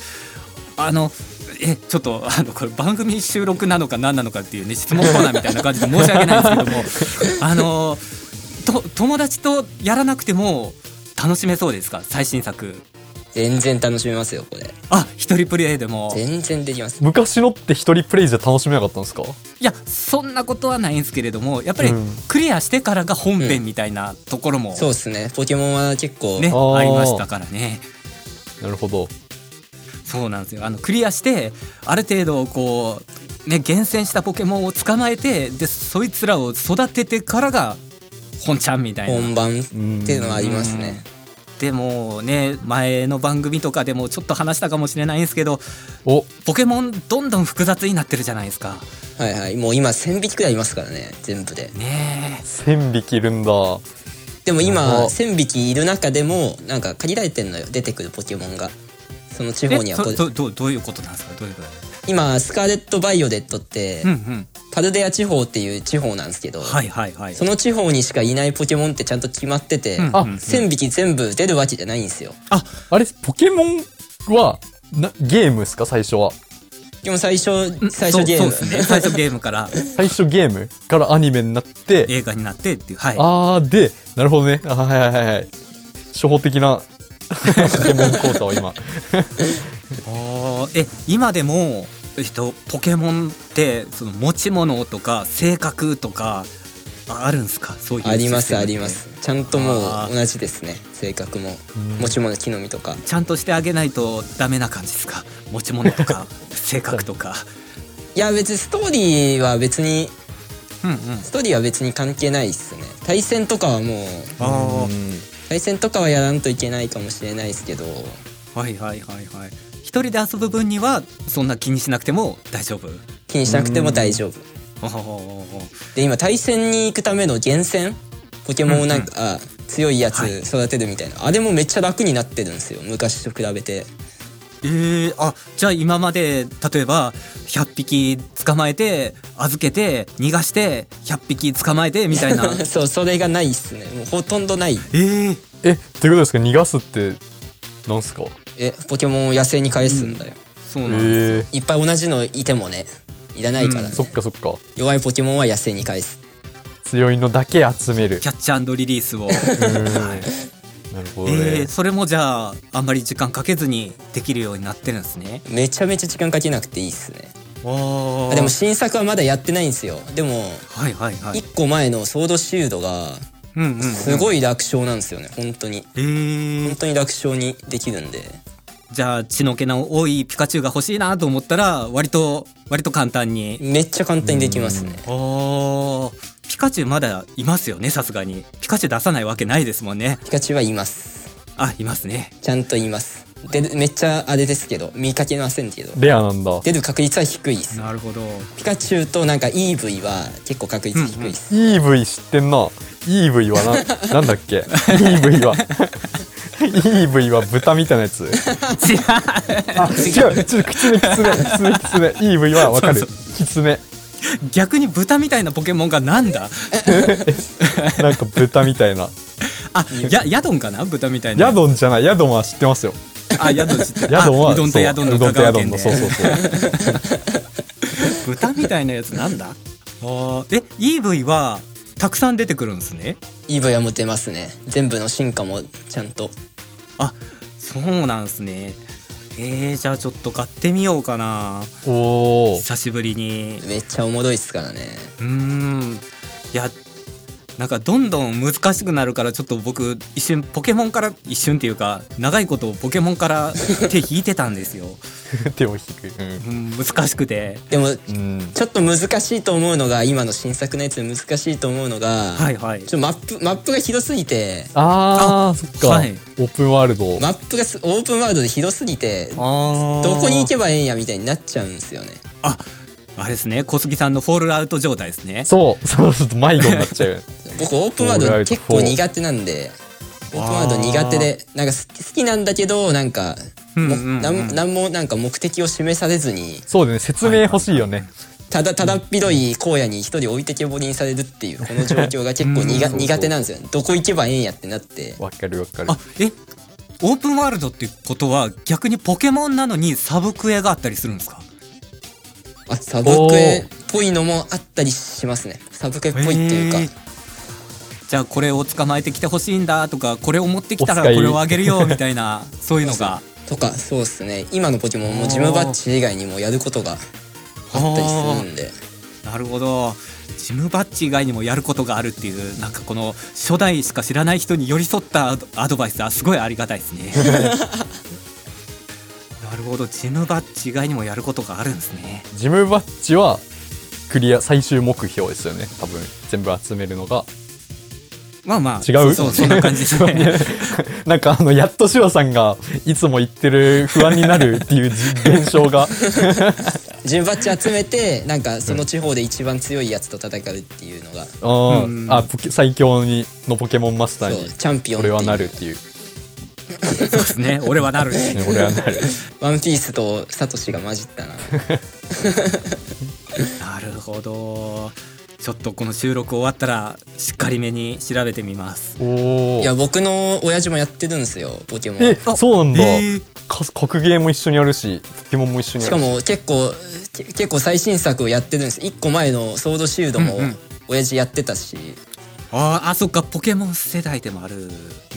Speaker 1: あのえちょっとあのこれ番組収録なのか何なのかっていうね質問コーナーみたいな感じで申し訳ないんですけどもあのと友達とやらなくても楽しめそうですか最新作
Speaker 2: 全然楽しめますよこれ
Speaker 1: あ一人プレイでも
Speaker 2: 全然できます
Speaker 3: 昔のって一人プレイじゃ楽しめなかったんですか
Speaker 1: いやそんなことはないんですけれどもやっぱり
Speaker 3: うん
Speaker 1: クリアしてからが本編みたいなところも、
Speaker 2: そうですねポケモンは結構、
Speaker 1: ね、
Speaker 3: あー
Speaker 1: ありましたからね。
Speaker 3: なるほど
Speaker 1: そうなんですよあのクリアしてある程度こう、ね、厳選したポケモンを捕まえてでそいつらを育ててからが本ちゃんみたいな。
Speaker 2: 本番っていうのはありますね
Speaker 1: でもね前の番組とかでもちょっと話したかもしれないんですけど
Speaker 3: お
Speaker 1: ポケモンどんどん複雑になってるじゃないですか。
Speaker 2: はいはいもう今1000匹くらいいますからね全部で
Speaker 1: ねえ
Speaker 3: 1000匹いるんだ
Speaker 2: でも今
Speaker 3: あ
Speaker 2: 1000匹いる中でもなんか限られてんのよ出てくるポケモンがその地方に
Speaker 1: え
Speaker 2: は
Speaker 1: そ
Speaker 2: こ
Speaker 1: どどどういうことなんですかどういうこと
Speaker 2: 今スカーレット・バイオレットって、
Speaker 1: うんうん
Speaker 2: パルデア地方っていう地方なんですけど、
Speaker 1: はいはいはい。
Speaker 2: その地方にしかいないポケモンってちゃんと決まってて、
Speaker 1: うんうん
Speaker 3: あ
Speaker 2: 1000匹全部出るわけじゃないんですよ
Speaker 3: あれポケモンはなゲームですか最初は
Speaker 2: でも最
Speaker 1: うん
Speaker 2: 初最初ゲーム
Speaker 1: そうそうですね最初ゲームから
Speaker 3: 最初ゲームからアニメになって
Speaker 1: 映画になってっていうはい。
Speaker 3: あーでなるほどねあはいはいはいはい初歩的 なポケモン講座を今
Speaker 1: あーえ今でも、えっと、ポケモンってその持ち物とか性格とかああるんですかそういう
Speaker 2: ありま
Speaker 1: システ
Speaker 2: す
Speaker 1: ム
Speaker 2: あ
Speaker 1: って
Speaker 2: りますちゃんとも
Speaker 1: あー
Speaker 2: う同じですね性格も
Speaker 3: うん
Speaker 2: 持ち物木の実とか
Speaker 1: ちゃんとしてあげないとダメな感じですか持ち物とか 性格とか
Speaker 2: いや別にストーリーは別に
Speaker 1: うんうん
Speaker 2: ストーリーは別に関係ないっすね対戦とかはもう
Speaker 1: あ
Speaker 3: うん
Speaker 2: 対戦とかはやらんといけないかもしれないですけど
Speaker 1: あはいはいはいはい一人で遊ぶ分にはそんな気にしなくても大丈夫
Speaker 2: 気にしなくても大丈夫
Speaker 1: おーおーおー
Speaker 2: で今対戦に行くための厳選ポケモンをなんか、あ強いやつ
Speaker 1: はい
Speaker 2: 育てるみたいな、あれもめっちゃ楽になってるんですよ昔と比べて
Speaker 1: えー、あじゃあ今まで例えば100匹捕まえて預けて逃がして100匹捕まえてみたいな
Speaker 2: そうそれがないっすねもうほとんどない
Speaker 1: えー、
Speaker 3: えということですか逃がすってなんすか
Speaker 2: えポケモンを野生に返すんだよ、
Speaker 1: そう
Speaker 3: え
Speaker 1: なんです
Speaker 3: ー、
Speaker 2: いっぱい同じのいてもねいらないからね、
Speaker 3: そっかそっか
Speaker 2: 弱いポケモンは野生に返す
Speaker 3: 強いのだけ集め る
Speaker 1: キャッチアンドリリースを、
Speaker 3: うんなるほどね、
Speaker 1: えーそれもじゃああんまり時間かけずにできるようになってるんですね
Speaker 2: めちゃめちゃ時間かけなくていいっすね
Speaker 1: お
Speaker 2: あでも新作はまだやってないんですよでも
Speaker 1: はいはいはい
Speaker 2: 1個前のソードシールドが
Speaker 1: うんうん、うん、
Speaker 2: すごい楽勝なんですよね本当に
Speaker 1: えー
Speaker 2: 本、当に楽勝にできるんで
Speaker 1: じゃあ血の気の多いピカチュウが欲しいなと思ったら割と割と簡単に
Speaker 2: めっちゃ簡単にできますね
Speaker 1: おーピカチュウまだいますよねさすがにピカチュウ出さないわけないですもんね
Speaker 2: ピカチュウはいます
Speaker 1: あいますね
Speaker 2: ちゃんといますでめっちゃあれですけど見かけませんけど
Speaker 3: レアなんだ
Speaker 2: 出る確率は低いっす
Speaker 1: なるほど
Speaker 2: ピカチュウとなんかイーブイは結構確率低いっす、
Speaker 3: EV 知ってんな EV はななんだっけ EV は EV は豚みたいなやつ
Speaker 1: 違う
Speaker 3: あ違うちょっとキツネキツネキツネキツネ EV はわかる
Speaker 1: そう
Speaker 3: キツネ
Speaker 1: 逆に豚みたいなポケモンがなんだ
Speaker 3: なんか豚みたい な
Speaker 1: あやヤドンかな豚みたいな
Speaker 3: ヤドンじゃないヤドンは知ってますよ
Speaker 1: あヤドン知 ってる
Speaker 3: ヤドン
Speaker 1: あ
Speaker 3: は
Speaker 1: うどんと
Speaker 3: そう
Speaker 1: ヤドンの
Speaker 3: うどん
Speaker 1: 香
Speaker 3: と
Speaker 1: 川
Speaker 3: ヤドン
Speaker 1: 県
Speaker 3: の
Speaker 1: で
Speaker 3: そうそうそう
Speaker 1: 豚みたいなやつなんだあーえ EV はたくさん出てくるんですね
Speaker 2: イーブイはもう出ますね全部の進化もちゃんと
Speaker 1: あそうなんですねえー、じゃあちょっと買ってみようかな
Speaker 3: おお
Speaker 1: 久しぶりに
Speaker 2: めっちゃおもろいっすからね
Speaker 1: うーんいやなんかどんどん難しくなるからちょっと僕一瞬ポケモンから一瞬っていうか長いことポケモンから 手引いてたんですよ、
Speaker 3: 手を引く
Speaker 1: うん、難しくて
Speaker 2: でも
Speaker 3: うん、うん、
Speaker 2: ちょっと難しいと思うのが今の新作のやつで難しいと思うのが、
Speaker 1: はいはい
Speaker 2: ちょっとマップマップがひどすぎて
Speaker 3: あーあそっか、
Speaker 1: はい
Speaker 3: オープンワールド
Speaker 2: マップがすオープンワールドでひどすぎてど
Speaker 1: あ
Speaker 2: こに行けばええんやみたいになっちゃうんですよね
Speaker 1: ああれですね小杉さんのフォールアウト状態ですね
Speaker 3: そうそうちょっと迷子になっちゃう
Speaker 2: 僕オープンワールド結構苦手なんでオープンワールド苦手でなんか好き好きなんだけどなんか
Speaker 1: う
Speaker 2: も
Speaker 1: んうんうん
Speaker 2: なんなんもなんか目的を示されずに
Speaker 3: そうだね説明欲しいよね、
Speaker 2: ただただっ広い荒野に一人置いてけぼりにされるっていうこの状況が結構にが
Speaker 3: うん
Speaker 2: 苦手なんですよねどこ行けばええんやってなって
Speaker 3: わかるわかる
Speaker 1: あえオープンワールドってことは逆にポケモンなのにサブクエがあったりするんですか
Speaker 2: あサブクエっぽいのもあったりしますねサブクエっぽいっていうか
Speaker 1: へーじゃあこれを捕まえてきてほしいんだとかこれを持ってきたら
Speaker 3: お
Speaker 1: こ
Speaker 3: 使い
Speaker 1: れをあげるよみたいなそういうのが
Speaker 2: とかそうですね今のポケモンもジムバッジ以外にもやることがあったりするんで
Speaker 1: なるほどジムバッジ以外にもやることがあるっていうなんかこの初代しか知らない人に寄り添ったアドアドバイスはすごいありがたいです ねなるほどジムバッジ以外にもやることがあるんですね
Speaker 3: ジムバッジはクリア最終目標ですよね多分全部集めるのが
Speaker 1: まあまあ
Speaker 3: 違う
Speaker 1: そうそんな感 じですね
Speaker 3: なんかあのやっとシロさんがいつも言ってる不安になるっていうじ現象が
Speaker 2: ジムバッジ集めてなんかその地方で一番強いやつと戦うっていうのが
Speaker 3: うん
Speaker 1: うん
Speaker 3: あポケ最強にのポケモンマスタ
Speaker 2: そ
Speaker 3: ー
Speaker 2: う
Speaker 3: に
Speaker 2: チャンピオンって
Speaker 3: 俺
Speaker 2: いう
Speaker 3: はなるっていう
Speaker 1: そうですね俺はなる
Speaker 3: ね俺はな る
Speaker 2: ワンピースとサトシが混じったな
Speaker 1: なるほどちょっとこの収録終わったらしっかりめに調べてみます
Speaker 3: おお
Speaker 2: いや僕の親父もやってるんですよポケモ
Speaker 3: え
Speaker 2: ン
Speaker 1: あ
Speaker 3: そうなんだ、
Speaker 1: えー
Speaker 3: か格ゲーも一緒にあるしポケモンも一緒に
Speaker 2: し
Speaker 3: あ
Speaker 2: か
Speaker 3: るし
Speaker 2: も結構け結構最新作をやってるんです1個前のソードシールドも
Speaker 1: うんうん
Speaker 2: 親父やってたし、
Speaker 1: あーあそっかポケモン世代でもあるんで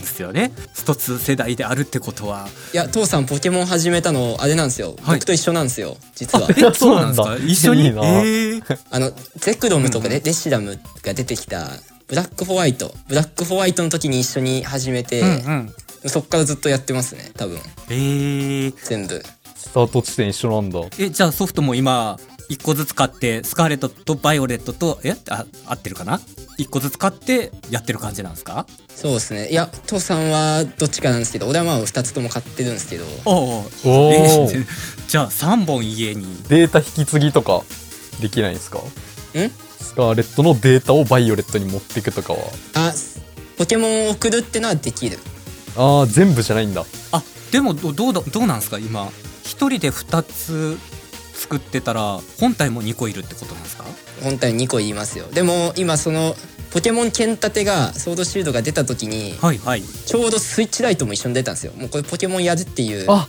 Speaker 1: すよねスト2世代であるってことはい
Speaker 2: や父さんポケモン始めたのあれなんですよ、
Speaker 1: はい
Speaker 2: 僕と一緒なんですよ実は
Speaker 3: え そうなんだ
Speaker 1: ですか一緒に
Speaker 3: いいな
Speaker 1: えー
Speaker 2: あのゼクロムとかで、デシダムが出てきたブラックホワイトブラックホワイトの時に一緒に始めて、
Speaker 1: うんうん
Speaker 2: そっからずっとやってますね多分
Speaker 1: えー
Speaker 2: 全部
Speaker 3: スタート地点一緒なんだ
Speaker 1: えじゃあソフトも今一個ずつ買ってスカーレットとバイオレットとえあ合ってるかな一個ずつ買ってやってる感じなんですか
Speaker 2: そうですねいや父さんはどっちかなんですけど俺はまあ2つとも買ってるんですけど
Speaker 1: おお
Speaker 3: おー
Speaker 1: じゃあ3本家に
Speaker 3: データ引き継ぎとかできないんですか
Speaker 2: ん
Speaker 3: スカーレットのデータをバイオレットに持っていくとかは
Speaker 2: あポケモンを送るってのはできる
Speaker 3: あー全部じゃないんだ
Speaker 1: あでもどどうだどうなんですか今一人で2つ作ってたら本体も2個いるってことなんですか
Speaker 2: 本体2個言いますよでも今そのポケモン剣盾がソードシールドが出た時に
Speaker 1: はいはい
Speaker 2: ちょうどスイッチライトも一緒に出たんですよもうこれポケモンやるっていう
Speaker 3: あ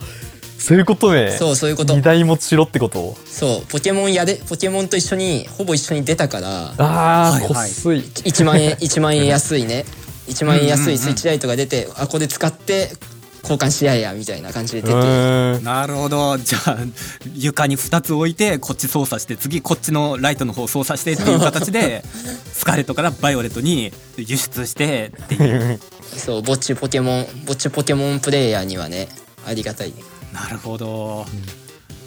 Speaker 3: そういうことね
Speaker 2: そうそういうこと
Speaker 3: 二台持ちしろってこと
Speaker 2: そうポケモンやでポケモンと一緒にほぼ一緒に出たから
Speaker 3: あ
Speaker 1: は
Speaker 3: あ
Speaker 1: い
Speaker 3: こ
Speaker 1: は
Speaker 3: っ
Speaker 1: い
Speaker 3: すい
Speaker 2: 1万 円1万円安いね1万円
Speaker 1: うんうん
Speaker 2: 安
Speaker 1: うん
Speaker 2: いスイッチライトが出てあこれ使って交換し合えやみたいな感じで
Speaker 3: う
Speaker 2: 出て
Speaker 3: ーん
Speaker 1: なるほどじゃあ床に2つ置いてこっち操作して次こっちのライトの方操作してっていう形 でスカーレットからバイオレットに輸出してっていう
Speaker 2: そうぼっちポケモンぼっちポケモンプレイヤーにはねありがたい
Speaker 1: なるほど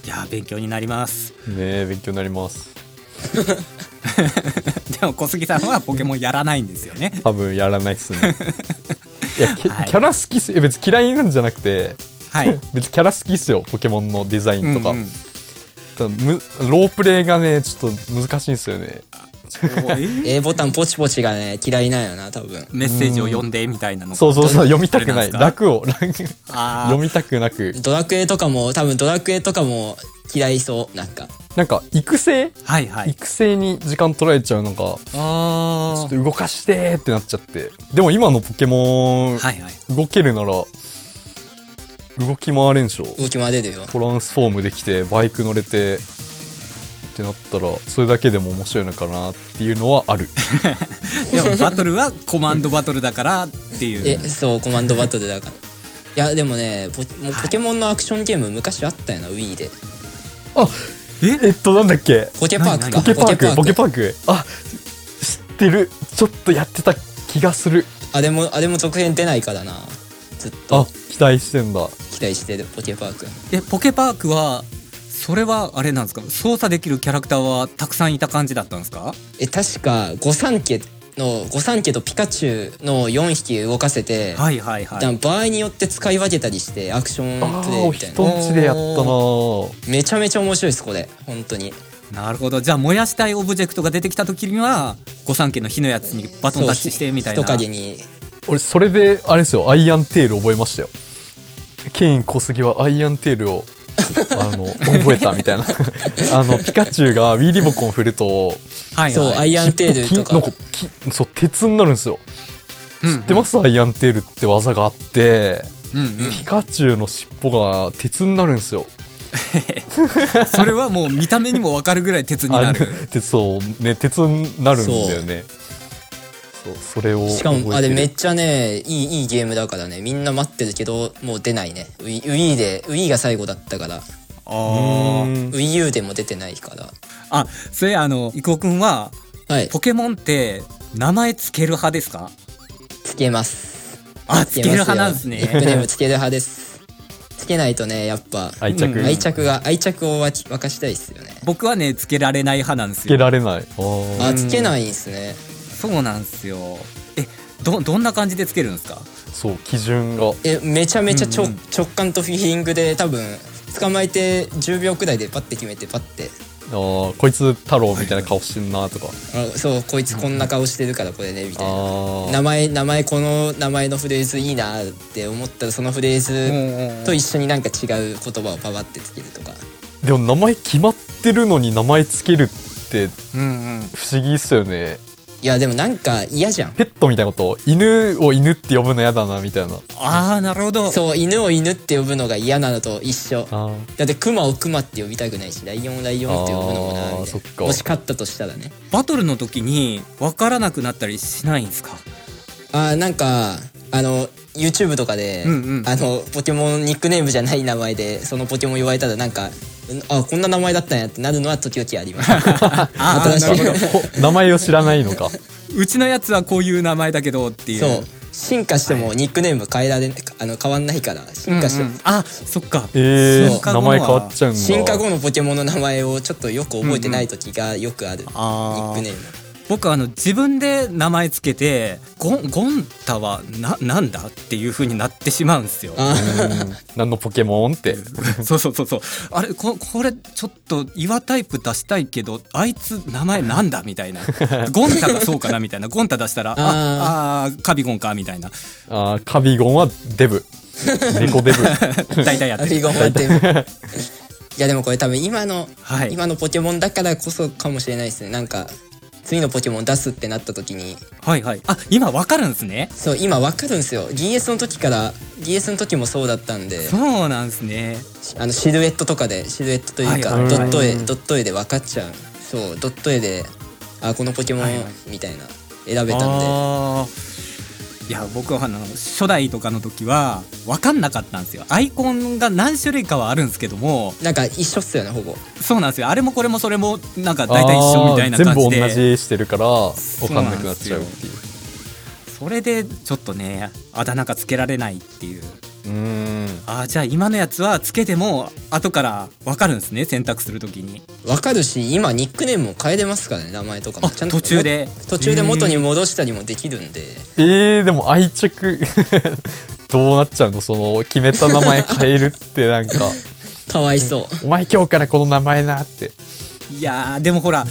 Speaker 1: いや勉強になります
Speaker 3: ねえ勉強になります
Speaker 1: でも小杉さんはポケモンやらないんですよね
Speaker 3: 多分やらないっす ねいやキ,、
Speaker 1: はい
Speaker 3: キャラ好きっすえ別に嫌いなんじゃなくて
Speaker 1: はい
Speaker 3: 別にキャラ好きっすよポケモンのデザインとか、
Speaker 1: うんうん
Speaker 3: ただむロープレイがねちょっと難しいんですよね
Speaker 1: おえー
Speaker 2: A ボタンポチポチがね嫌いなんよな多分
Speaker 1: メッセージを読んでみたいなの
Speaker 3: そうそうそう読みたく
Speaker 1: どれ
Speaker 3: なんい
Speaker 1: ですか
Speaker 3: 楽を楽
Speaker 1: あー
Speaker 3: 読みたくなく
Speaker 2: ドラクエとかも多分ドラクエとかも嫌いそうなんか
Speaker 3: なんか育成、
Speaker 1: はいはい
Speaker 3: 育成に時間取られちゃうのがちょ
Speaker 1: あ
Speaker 3: っと動かしてーってなっちゃってでも今のポケモン、
Speaker 1: あはいはい
Speaker 3: 動けるなら動き回れんでしょ
Speaker 2: 動き回れるよ
Speaker 3: トランスフォームできてバイク乗れてってなったらそれだけでも面白いのかなっていうのはある
Speaker 1: でもバトルはコマンドバトルだからってい
Speaker 2: え
Speaker 1: う
Speaker 2: そうコマンドバトルだからいやでもねポもうポケモンのアクションゲーム昔あったよな Wii で
Speaker 3: あ
Speaker 1: え
Speaker 3: えっとなんだっけ
Speaker 2: ポケパークか
Speaker 3: ポケパークポケ
Speaker 2: ー
Speaker 3: パークあ知ってるちょっとやってた気がする
Speaker 2: クあれもあれも続編出ないからなずっ
Speaker 3: あ
Speaker 2: と
Speaker 3: 期待してんだ
Speaker 2: 期待してるポケパーク
Speaker 1: えポケパークはそれはあれなんですか操作できるキャラクターはたくさんいた感じだったんですか
Speaker 2: え確か御三家の御三家とピカチュウの4匹動かせて、
Speaker 1: はいはいはい
Speaker 2: だから場合によって使い分けたりしてアクション
Speaker 3: あ
Speaker 2: プレイ
Speaker 3: ー
Speaker 2: みたい
Speaker 3: 人
Speaker 2: なん
Speaker 3: ちでやったなー
Speaker 2: めちゃめちゃ面白いですこれ本当に
Speaker 1: なるほどじゃあ燃やしたいオブジェクトが出てきた時には御三家の火のやつにバトンタッチしてみたいな
Speaker 2: そうひ人影に
Speaker 3: 俺それであれですよアイアンテール覚えましたよケイン小杉はアイアンテール をあの覚えたみたいな あのピカチュウがウィリボコン振ると
Speaker 1: はいはい
Speaker 2: そうアイアンテールと
Speaker 3: なん
Speaker 2: か
Speaker 3: かきそう鉄になるんですよ
Speaker 1: うん
Speaker 3: 知ってますアイアンテールって技があって
Speaker 1: うんうん
Speaker 3: ピカチュウの尻尾が鉄になるんですよ
Speaker 1: それはもう見た目にも分かるぐらい鉄にな
Speaker 3: あ
Speaker 1: る
Speaker 3: の鉄そうね鉄になるんだよねそうそれを
Speaker 2: しかもあれめ
Speaker 3: め
Speaker 2: っちゃねいいいいゲームだからねみんな待ってるけどもう出ないねウィウィーでウィーが最後だったから
Speaker 1: あー
Speaker 2: ウィー U でも出てないから
Speaker 1: あそれあの伊藤君は
Speaker 2: はい
Speaker 1: ポケモンって名前つける派ですか
Speaker 2: つけます
Speaker 1: あつける
Speaker 2: ますよ
Speaker 1: 派なんです
Speaker 2: ニック
Speaker 1: ね
Speaker 2: ネームつける派ですつけないとねやっぱ
Speaker 3: 愛着、
Speaker 1: うん
Speaker 2: 愛着が愛着をわき沸かしたいっすよね
Speaker 1: 僕はねつけられない派なんです
Speaker 3: つけ
Speaker 1: よ
Speaker 3: られないあー
Speaker 2: あつけないんすね
Speaker 1: そうなんですよえどどんな感じでつけるんですか
Speaker 3: そう基準が
Speaker 2: えめちゃめちゃちょ、
Speaker 1: うんうん
Speaker 2: 直感とフィーリングで多分捕まえて10秒くらいでパッて決めてパッて
Speaker 3: あーこいつ太郎みたいな顔してんなとか、
Speaker 2: あそうこいつこんな顔してるからこれねみたいな
Speaker 3: あ
Speaker 2: 名前名前この名前のフレーズいいなって思ったらそのフレーズと一緒になんか違う言葉をパパってつけるとか
Speaker 3: あでも名前決まってるのに名前つけるって
Speaker 1: うんうん
Speaker 3: 不思議っすよね
Speaker 2: いやでもなんか嫌じゃん
Speaker 3: ペットみたいなこと犬を犬って呼ぶの嫌だなみたいな
Speaker 1: ああなるほど
Speaker 2: そう犬を犬って呼ぶのが嫌なのと一緒
Speaker 3: あ
Speaker 2: だってクマをクマって呼びたくないしライオンをライオンって呼ぶのもな
Speaker 3: あー
Speaker 2: みた
Speaker 3: そ
Speaker 2: い
Speaker 3: っか
Speaker 2: なもし勝ったとしたらね
Speaker 1: バトルの時に分からなくなったりしないんですか
Speaker 2: あーなんかあの YouTube とかで、
Speaker 1: うんうん
Speaker 2: あのポケモンニックネームじゃない名前でそのポケモン言われたらなんかんあこんな名前だったんやってなるのは時々あります
Speaker 1: あー
Speaker 2: 新しい
Speaker 1: なるほど
Speaker 3: 名前を知らないの か
Speaker 1: うちのやつはこういう名前だけどっていう
Speaker 2: そう進化してもニックネーム変えられあの変わんないから進化して
Speaker 1: う
Speaker 2: も、
Speaker 1: んうんあそっか
Speaker 3: え
Speaker 1: そう
Speaker 3: ー、名前変わっちゃうんだ
Speaker 2: 進化後のポケモンの名前をちょっとよく覚えてない時がよくある、
Speaker 1: あー
Speaker 2: ニックネーム
Speaker 1: 僕あの自分で名前つけてゴンゴンタはななんだっていう風になってしまうんですよ。
Speaker 2: あ
Speaker 3: うん何のポケモンって。
Speaker 1: そうそうそうそうあれここれちょっと岩タイプ出したいけどあいつ名前なんだみたい なゴンタがそうかなみたいなゴンタ出したらああーカビゴンかみたいな
Speaker 3: あーカビゴンは デブ。猫デブ。
Speaker 1: 大体やって
Speaker 2: アビ
Speaker 1: る
Speaker 2: ゴン待ってるいやでもこれ多分今の、
Speaker 1: はい
Speaker 2: 今のポケモンだからこそかもしれないですねなんか次のポケモン出すってなった時に
Speaker 1: はいはいあ今わかるんですね
Speaker 2: そう今わかるんですよ DS の時から DS の時もそうだったんで
Speaker 1: そうなんですね
Speaker 2: あのシルエットとかでシルエットというか、
Speaker 1: はいはい
Speaker 2: ドット絵
Speaker 3: うん
Speaker 2: ドット絵で分かっちゃうそうドット絵であこのポケモン
Speaker 1: はいはい
Speaker 2: みたいな選べたんで、
Speaker 1: あーいや僕はあの初代とかの時は分かんなかったんですよアイコンが何種類かはあるんですけども
Speaker 2: なんか一緒っすよねほぼ
Speaker 1: そうなんですよあれもこれもそれもなんか 大体一緒みたいな感じ
Speaker 3: あー全部
Speaker 1: で
Speaker 3: 同じ絵してるから分かんなくなっちゃうっていう
Speaker 1: それでちょっとねあだ名がつけられないっていう
Speaker 3: うーん
Speaker 1: あーじゃあ今のやつはつけても後から分かるんですね選択するときに
Speaker 2: 分かるし今ニックネームも変えれますからね名前とかも
Speaker 1: あ途中で
Speaker 2: 途中で元に戻したりもできるんで
Speaker 3: えー、でも愛着 どうなっちゃうのその決めた名前変えるっ てなんか
Speaker 2: かわいそ
Speaker 3: お前今日からこの名前なって
Speaker 1: いやーでもほら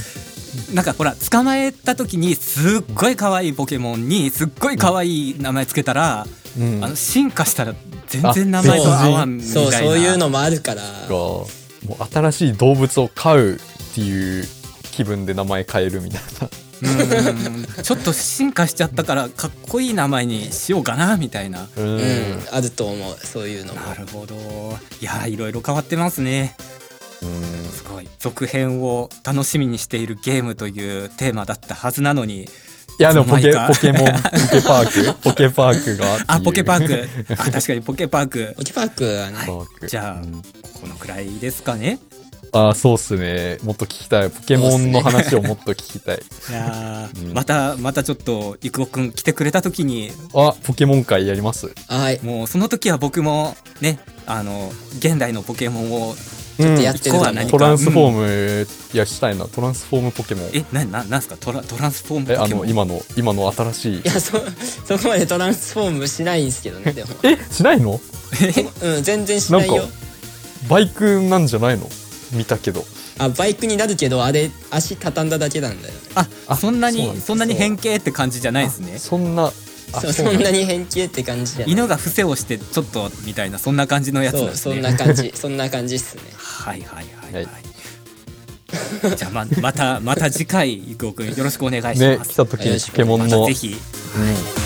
Speaker 1: なんかほら捕まえた時にすっごい可愛いポケモンにすっごい可愛い名前つけたら、
Speaker 3: うん
Speaker 1: あ
Speaker 3: なん
Speaker 1: の
Speaker 3: か
Speaker 1: 進化したら全然名前と合わん
Speaker 2: う
Speaker 1: みたい
Speaker 2: そう
Speaker 1: な
Speaker 2: そういうのもあるから
Speaker 3: もう新しい動物を飼うっていう気分で名前変えるみたいな
Speaker 1: うんちょっと進化しちゃったからかっこいい名前にしようかなみたいな
Speaker 3: うー
Speaker 2: うん
Speaker 3: ん
Speaker 2: あると思うそういうのも
Speaker 1: なるほどいやーいろいろ変わってますね
Speaker 3: うん
Speaker 1: すごい続編を楽しみにしているゲームというテーマだったはずなのに
Speaker 3: いやでもポケ
Speaker 1: まあいいか
Speaker 3: ポケモンポケパーク ポケパークが
Speaker 1: あポケパ
Speaker 3: ク
Speaker 1: ークあ確かにポケパーク
Speaker 2: オキパークはね
Speaker 3: パーク
Speaker 1: じゃあ
Speaker 3: うん
Speaker 1: このくらいですかね
Speaker 3: あーそうっすねもっと聞きたいポケモンの話をもっと聞きたい
Speaker 1: いやー
Speaker 3: うん
Speaker 1: またまたちょっと育く君来てくれた時に
Speaker 3: あポケモン会やります
Speaker 2: はい
Speaker 1: もうその時は僕もねあの現代のポケモンを
Speaker 3: ち
Speaker 2: ょっとやってると思う
Speaker 3: トランスフォーム、いやしたいなトランスフォームポケモン
Speaker 1: えなななんすかトラトランスフォーム
Speaker 3: え
Speaker 1: ポ
Speaker 3: あ
Speaker 1: ケモ
Speaker 3: の
Speaker 1: ン
Speaker 3: 今の今の新しい
Speaker 2: いやそそこまでトランスフォームしないんですけどねでも
Speaker 3: えしないの
Speaker 2: うん全然しない
Speaker 3: な
Speaker 2: よ
Speaker 3: んかバイクなんじゃないの見たけど
Speaker 2: あバイクになるけどあれ足畳んだだけなんだよ
Speaker 1: あ
Speaker 3: あ
Speaker 1: そんな
Speaker 3: そう
Speaker 1: に
Speaker 3: な
Speaker 1: そ
Speaker 3: んで
Speaker 1: ん
Speaker 3: す
Speaker 1: なに変形って感じじゃないですね
Speaker 3: そんなあ
Speaker 2: そう
Speaker 3: う
Speaker 2: そ
Speaker 3: なん
Speaker 2: ん
Speaker 3: だ
Speaker 2: なに変形って感じじゃない
Speaker 1: 犬が伏せをしてちょっとみたいなそんな感じのやつなん
Speaker 2: そう
Speaker 1: です
Speaker 2: そ
Speaker 1: ね
Speaker 2: んな感じそんな感じっすね
Speaker 1: はいはいはいは、
Speaker 3: はいい
Speaker 1: じゃあままたまた次回郁夫君よろしくお願いし
Speaker 3: ね
Speaker 1: ます
Speaker 3: 来た時にポケモン
Speaker 1: また
Speaker 3: の、
Speaker 1: ぜひ
Speaker 3: うん